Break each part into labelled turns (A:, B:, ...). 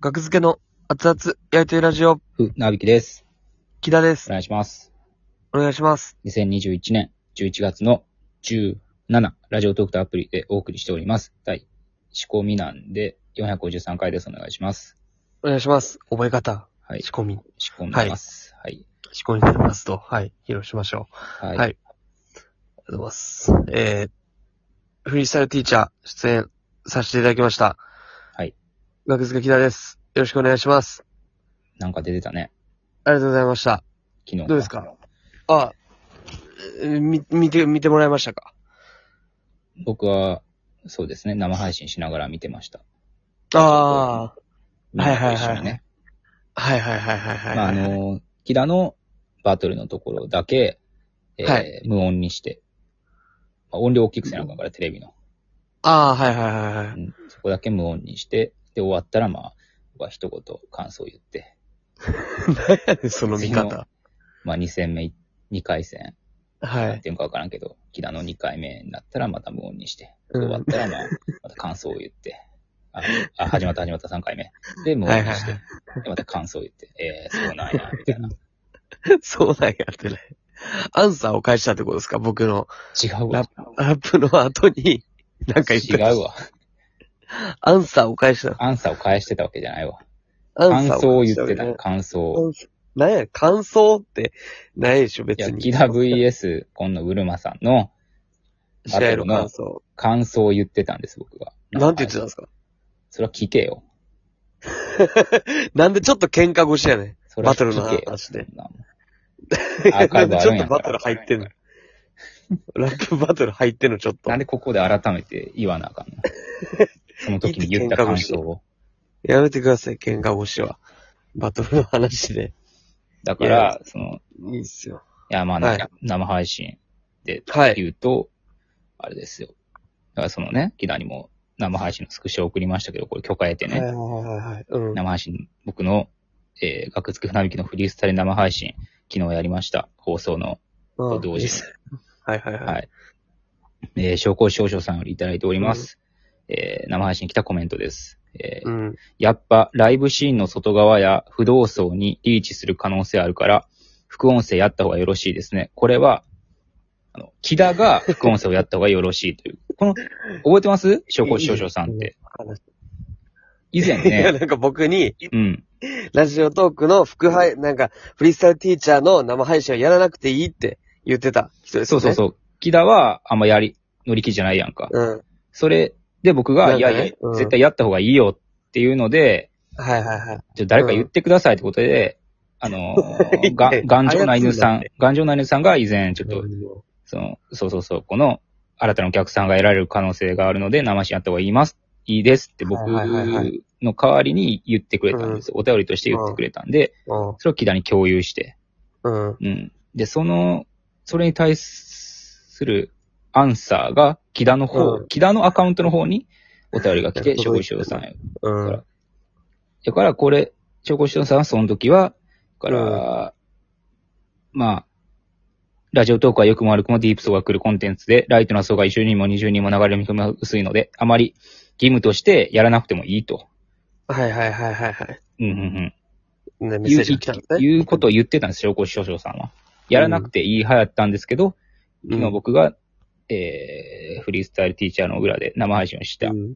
A: 学付けの熱々焼いてるラジオ、
B: ふ、なびきです。
A: 木田です
B: お。願いします。
A: お願いします。
B: 2021年11月の17、ラジオトークとアプリでお送りしております。第、仕込みなんで453回です。お願いします。
A: お願いします。覚え方、
B: はい
A: 仕、込み、
B: 仕込んでます。はい。
A: 仕込みになりますと、はい、披露しましょう。あ
B: はい。
A: はいりがとうございます。えー、フリースタイルティーチャー出演させていただきました。
B: はい。
A: 学付け木田です。よろしくお願いします。
B: なんか出てたね、
A: ありがとうございました。
B: 昨日。
A: どうですかあ、えーみ、見て、見てもらいましたか
B: 僕は、そうですね、生配信しながら見てました。
A: あ
B: みんなと一緒
A: はいはい
B: に
A: はい
B: ね。
A: あ、はいはいはいはいはい。
B: まあ、あの、木田のバトルのところだけ、えー
A: は
B: 無音にして、まあ、音量大きくせなあかんから、テレビの。
A: ああ、はいはいはいはい。
B: うんそこだけ無音にして、で、終わったら、まあ、僕は一言感想を言って、
A: 何や ねんその見方。
B: まあ、2戦目、2回戦、
A: は
B: なん
A: い。
B: ていうのかわからんけど、木田の2回目になったら、また無音にして、
A: う
B: で
A: ん
B: 終わったら、まあ、また感想を言って、あ、あ始まった始まった3回目。で、無音にして、
A: はい
B: で、また感想を言って、えー、そうなんや、みたいな。
A: そうなんやってね。アンサーを返したってことですか僕の
B: 違うわ。
A: ラップの後に、なんか言って
B: 違
A: た
B: うわ。
A: アンサーを返した。
B: アンサーを返してたわけじゃないわ。
A: ア
B: 感想を
A: 返
B: 言
A: し
B: ってた、感想を。
A: なんや、感想って、ないでしょ、別
B: いや、
A: に。
B: 木田 VS、今野うるまさんの
A: 試合の感想。
B: 感想を言ってたんです、僕が。
A: なんて言ってたんですか
B: それは聞けよ。
A: なんでちょっと喧嘩腰やね
B: それは
A: バトルの
B: 聞けよ。
A: 話で
B: そんなもん
A: ん。
B: アーカ
A: な
B: イ
A: んで
B: ブあ
A: ち
B: る
A: ょ
B: ん
A: っ
B: や
A: と
B: か
A: バ
B: ら
A: トル入 ってんのラップバトル入ってんの、ちょっと。
B: なんでここで改めて言わなあか んのその時に言った感想を。
A: やめてください、喧嘩腰は。バトルの話で。
B: だから、その、い
A: いいっすよ。
B: や、まあ、
A: はい
B: 生配信で
A: はい。
B: 言うと、あれですよ。だからそのね、木田にも生配信のスクショを送りましたけど、これ許可得て
A: はい
B: ね、
A: はいはいはい。うん。
B: 生配信、僕の、えー、学付け船引きのフリースタイル生配信、昨日やりました。放送の
A: うん
B: 同時に。
A: はいはいはい。
B: はい。えー、証拠少々さんよりいただいております。えー生配信に来たコメントです。えー
A: うん。
B: やっぱライブシーンの外側や不動層にリーチする可能性あるから、副音声やった方がよろしいですね。これは、あの、木田が副音声をやった方がよろしいという。 この、覚えてます証拠少々さんって。以前
A: いや、
B: ね、
A: なんか僕に、
B: うん。
A: ラジオトークの副配、なんか、フリースタイルティーチャーの生配信をやらなくていいって言ってた人です
B: そ
A: よ
B: う
A: ね。
B: そうそう。木田はあんまやり、乗り気じゃないやんか。
A: うん。
B: それで僕が、
A: なん
B: い
A: か
B: や
A: ね
B: いや
A: うん、
B: 絶対やった方がいいよっていうので、
A: はいはいはい。
B: じゃあ誰か言ってくださいってことで、あ のーが、頑丈な犬さ
A: 操るなん
B: ん、頑丈な犬さんが以前、ちょっと、その、そうそうそう、この、新たなお客さんが得られる可能性があるので、生信やった方がいいます、いいですって僕
A: はいはいはいは
B: の代わりに言ってくれたんです。お便りとして言ってくれたんで、
A: うん
B: それを木田に共有して、
A: うん。
B: うん。で、その、それに対するアンサーが、木田の方、
A: うん
B: 木田のアカウントの方にお便りが来て、
A: なる
B: しょ
A: ほど
B: うしょうさんへ
A: うん。
B: だだからこれ、長考しのさんはその時は、だから、まあ、ラジオトークは良くも悪くもディープ層が来るコンテンツで、ライトな層が1 0人も20人も流れる見込みが薄いので、あまり義務としてやらなくてもいいと。
A: はいはいはいはいはい。
B: うんうんうん。
A: ね、メッ
B: い
A: セ
B: う
A: ージが来たんですね。
B: いうことを言ってたんです、長考しのさんは。やらなくていい派やったんですけど、
A: うん
B: 今僕が、えー、フリースタイルティーチャーの裏で生配信をした
A: う、ん。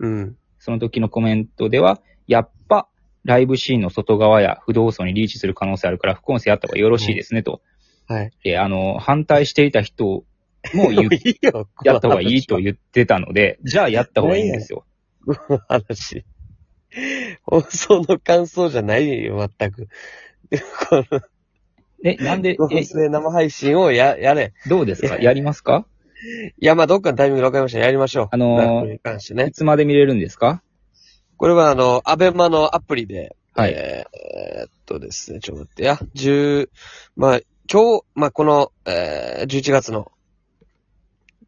A: うん。
B: その時のコメントでは、やっぱ、ライブシーンの外側や不動層にリーチする可能性あるから、副音声あった方がよろしいですね、と。
A: はい。
B: で、あの、反対していた人も言う
A: いいよ、
B: やった方がいいと言ってたので、 じゃあやった方がいいんですよ。
A: この話。放送の感想じゃないよ、全く。この、
B: で、なんで、
A: 放
B: え、
A: 送で生配信をや、やれ。
B: どうですかやりますか
A: いや、まあ、どっかのタイミングで分かりました。やりましょう。
B: あの
A: ラッ
B: ー
A: プに関してね
B: い。つまで見れるんですか
A: これは、あの、アベマのアプリで、
B: はい
A: えーえーっとですね、ちょっと待ってや、十、まあ、今日、まあ、この、えー、11月の、
B: もう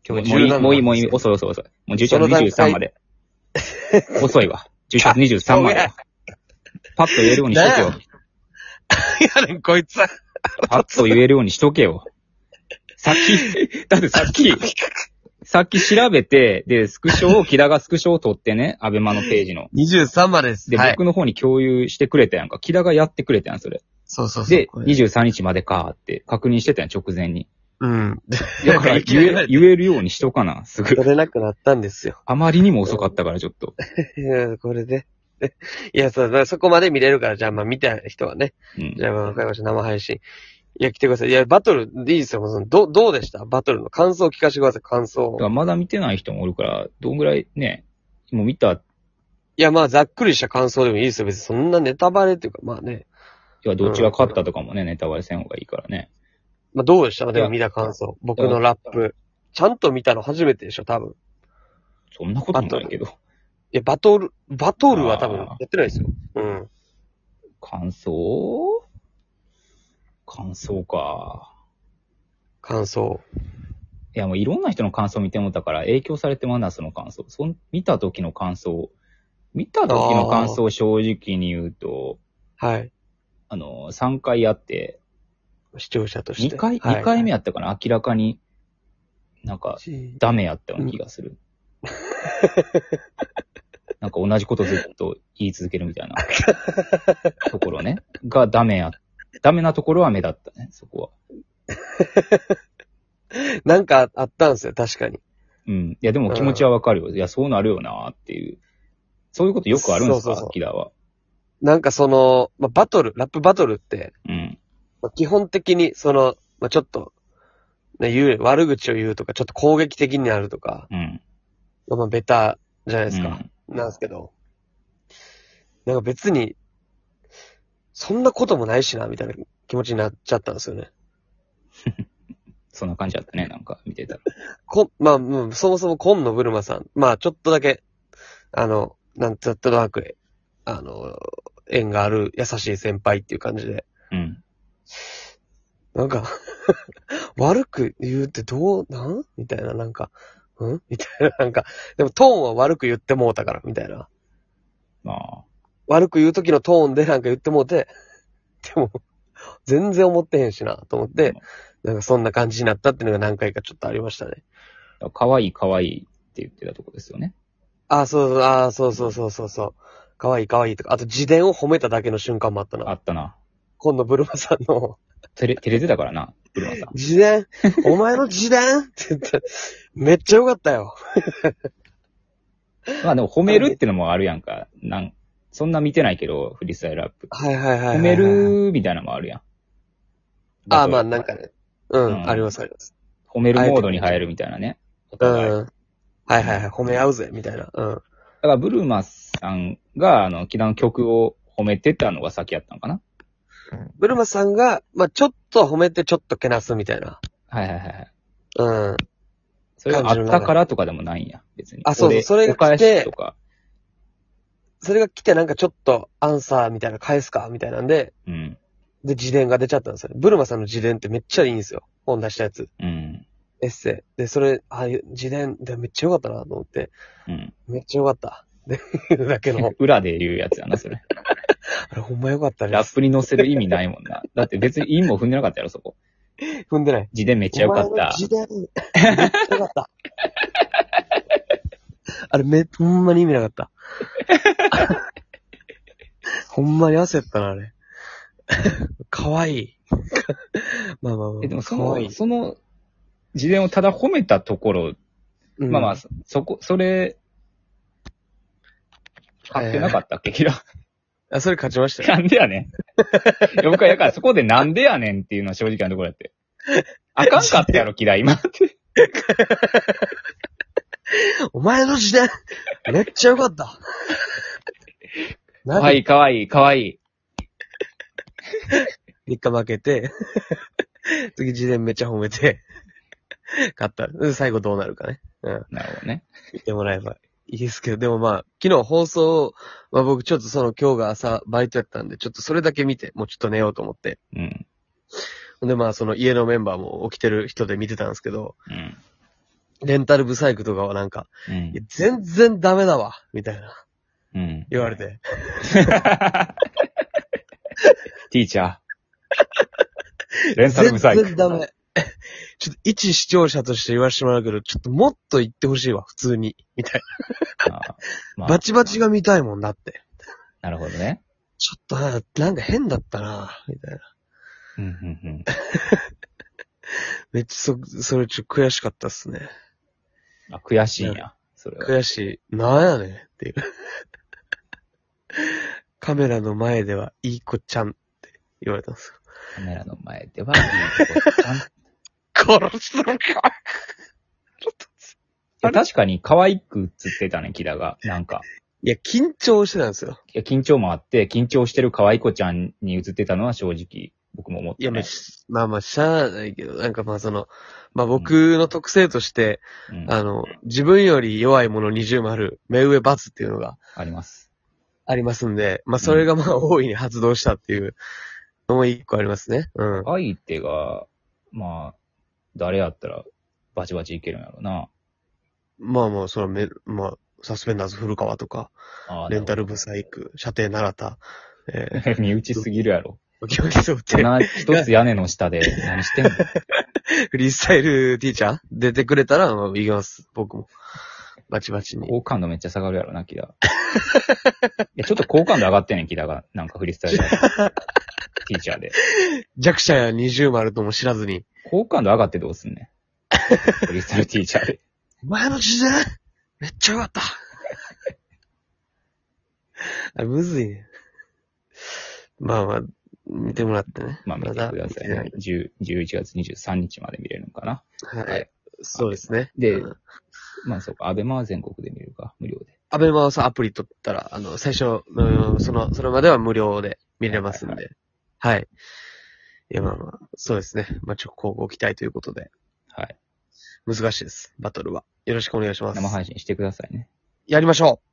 A: 今日17
B: もういい、もういい、もういい
A: なんです
B: 遅い遅い遅い。もう11
A: その段階
B: 月23まで。 遅いわ。11月23まで
A: あ
B: は。パッと言えるようにしとけ よ
A: な。けどやれん、こいつは。
B: パッと言えるようにしとけよ。さっき、だってさっき、さっき調べて、で、スクショを、木田がスクショを取ってね、アベマのページの。
A: 23までです。
B: で、
A: はい。
B: 僕の方に共有してくれたやんか。木田がやってくれたやん、それ。
A: そうそうそう。
B: で、
A: これ
B: 23日までかーって確認してたやん、直前に。
A: うん。
B: だから
A: いきな
B: 言
A: り
B: え、言えるようにしとかな、すぐ
A: 取。れなくなったんですよ。
B: あまりにも遅かったから、ちょっと。
A: いやこれで。いや、そうだからそこまで見れるから、じゃあ、まあ、見た人はね。
B: うん
A: じ。ゃあ、まあわかりました。生配信。いや、来てください。いや、バトル、いいですよ。もうそのど、どうでしたバトルの感想を聞かせてください、感想
B: だ
A: を
B: からまだ見てない人もおるから、どんぐらいね、もう見た、い
A: いや、まあ、ざっくりした感想でもいいですよ。別にそんなネタバレっていうか、まあね。
B: やどっちが勝ったとかもね、ネタバレせん方がいいからね。
A: まあ、どうでした
B: や
A: でも見た感想。僕のラップ。ちゃんと見たの初めてでしょ、多分。
B: そんなこともないけど。
A: いや、バトル、バトルは多分
B: あ
A: や
B: ー
A: ってないですよ。うん。
B: 感想感想か。
A: 感想。
B: いや、もういろんな人の感想見てもったから、影響されてまうな、その感想。そん見た時の感想。見た時の感想を正直に言うと、
A: はい。
B: あの、3回やって、
A: 視聴者として。
B: 2回、
A: はい
B: 二回目やったかな明らかに、なんか、ダメやったような気が する。なんか同じことずっと言い続けるみたいなところね。がダメや、ダメなところは目立ったね、そこは。
A: なんかあったんですよ、確かに。
B: うん。いや、でも気持ちはわかるよ。いや、そうなるよなっていう。そういうことよくあるんです
A: そうそうそ
B: か
A: う
B: キダは。
A: なんかその、まあ、バトル、ラップバトルって、
B: うん。
A: まあ、基本的にその、まあ、ちょっと、ね、言う、悪口を言うとか、ちょっと攻撃的になるとか、
B: うん。
A: まあまあ、ベタじゃないですか。
B: うん
A: なんですけど、なんか別に、そんなこともないしな、みたいな気持ちになっちゃったんですよね。
B: そんな感じだったね、なんか見てたら。
A: こ、まあ、もうそもそも今野ブルマさん、まあちょっとだけ、あの、なんちゃってなく、あの、縁がある優しい先輩っていう感じで、
B: うん。
A: なんか、 悪く言うってどうなんみたいな、なんか、うんみたいな、なんか、でもトーンは悪く言ってもうたから、みたいな。
B: まあ、
A: 悪く言う時のトーンでなんか言ってもうて、でも、全然思ってへんしな、と思って、なんかそんな感じになったっていうのが何回かちょっとありましたね。
B: 可愛い可愛いって言ってたとこですよね。
A: あ、そうそう、あそうそうそうそうそう。かわいいかわいいとか、あと自伝を褒めただけの瞬間もあった
B: あ
A: な。
B: ったな。
A: 今度ブルマさんの、
B: 照れ、照れてたからな、ブルマさん。
A: 自伝、お前の自伝って言って、めっちゃよかったよ。
B: まあでも褒めるってのもあるやんか。なん、そんな見てないけど、フリースタイルラップ。
A: はいはいはいはいはい。
B: 褒めるみたいなのもあるやん。
A: あ、まあなんか。ね。うん、
B: うん
A: ありますあります。
B: 褒めるモードに入るみたいなね。お
A: うん。
B: 互いだか
A: はいはいはい、褒め合うぜ、みたいな。うん。
B: ら、ブルマさんが、あの、キダの曲を褒めてたのが先やったのかな
A: ブルマさんが、まあちょっと褒めてちょっとけなすみたいな。
B: はいはいはいはい。
A: うん。
B: それがあったからとかでもないんや、別に。
A: あそうそう
B: 俺
A: それが来て
B: お返しとか。
A: それが来てなんかちょっとアンサーみたいな返すかみたいなんで、
B: うん。
A: で、自伝が出ちゃったんですよね。ブルマさんの自伝ってめっちゃいいんですよ。本出したやつ。
B: うん。
A: エッセイ。で、それ、あ、自伝でめっちゃ良かったなと思って、
B: うん。、
A: めっちゃ良かった。で、言うだけの
B: 裏で言うやつやな、それ。
A: あれほんま良かった
B: ラ
A: で
B: ッ
A: す。
B: プに乗せる意味ないもんな。だって別に韻も踏んでなかったやろ、そこ。
A: 踏んでない。
B: 自伝めっちゃよかっ
A: お前の
B: た。
A: 自伝、めっちゃ良かった。あれめ、ほんまに意味なかった。ほんまに焦ったな、あれ。かわい い。まあまあまあ。
B: え、でもそ
A: かわいい
B: の、その、自伝をただ褒めたところ
A: うん
B: まあまあ、そそこ、それ、買ってなかったっけ、キラ。
A: あ、それ勝ちましたよ。
B: なんでやねん。いや僕は、だからそこでなんでやねんっていうのは正直なところやって。あかんかったやろ、キラ、今って。
A: お前の時代、めっちゃよかった。
B: か
A: な
B: わ
A: ん
B: い
A: で
B: い、かわいい、かわいい。
A: 3日負けて、 次事前めっちゃ褒めて、勝った。うん最後どうなるかね。うん。
B: なるほどね。
A: 見てもらえばいいですけど、でもまあ、昨日放送、まあ僕ちょっとその今日が朝バイトやったんで、ちょっとそれだけ見て、もうちょっと寝ようと思って。
B: うん。
A: ほんでまあその家のメンバーも起きてる人で見てたんですけど、
B: うん。
A: レンタルブサイクとかはなんか、
B: うん
A: いや全然ダメだわ、みたいな
B: うん。
A: 言われて。
B: ティーチャー。レンタルブサイ
A: 全
B: ク。
A: 然ダメ。 ちょっと一視聴者として言わせてもらうけど、ちょっともっと言ってほしいわ、普通に。みたい
B: あーま
A: な。
B: あ
A: バチバチが見たいもんだって。
B: なるほどね。
A: ちょっとな、なんか変だったな、みたいな。
B: うんうんうん。
A: めっちゃそ、それちょっと悔しかったっすね。
B: あ、悔しいんや。それは。
A: 悔しい。なんやねんっていう。 カメラの前ではいい子ちゃんって言われたんです
B: カメラの前では、いいとこ ちゃん
A: よ。殺すのか
B: いや確かに可愛く映ってたね、キラが。なんか。
A: いや、緊張してたんですよ。
B: いや、緊張もあって、緊張してる可愛い子ちゃんに映ってたのは正直、僕も思っ
A: い
B: て、
A: や、まあ
B: ね。
A: しまあまあ、しゃあないけど、なんかまあその、まあ僕の特性として、
B: うん、あ
A: あの、自分より弱いもの二重丸、目上罰っていうのが
B: ります。
A: ありますんで、まあそれがまあ大いに発動したっていうのも一個ありますね。うん。
B: 相手が、まあ、誰やったら、バチバチいけるんやろうな。
A: まあまあ、そのめ、まあ、サスペンダーズ古川とか、
B: あー
A: レンタルブサイ。ク、射程奈良田、え
B: なるほど 身内すぎる やろ。
A: ー、教室を
B: そん
A: て、
B: な一つ屋根の下で何してんの
A: フリースタイルティーチャー出てくれたら、まあ、いきます。僕も。バチバチに。
B: 好感度めっちゃ下がるやろな、キラ。 いや、ちょっと好感度上がってんねん、キラが。なんかフリース タイルのティーチャーで。
A: 弱者や二重丸とも知らずに、
B: 好感度上がってどうすんね ん。フリースタイルティーチャーで。
A: お前の時代めっちゃよかった。 あ、むずいね。まあまあ、見てもらってね。
B: まあ見てください
A: まだ
B: ね。10 11月23日まで見れるのかな。
A: 見てないは
B: はい
A: い。そうですね。
B: で
A: うん
B: まあそうか、アベマは全国で見れるか、無料で。
A: アベマをさ、アプリ取ったら、あの、最初の、その、それまでは無料で見れますんで。はい。いや、まあまあ、そうですね。まあ、ちょ、交互期待ということで、
B: はい。
A: 難しいです。バトルは。よろしくお願いします。
B: 生配信してくださいね。
A: やりましょう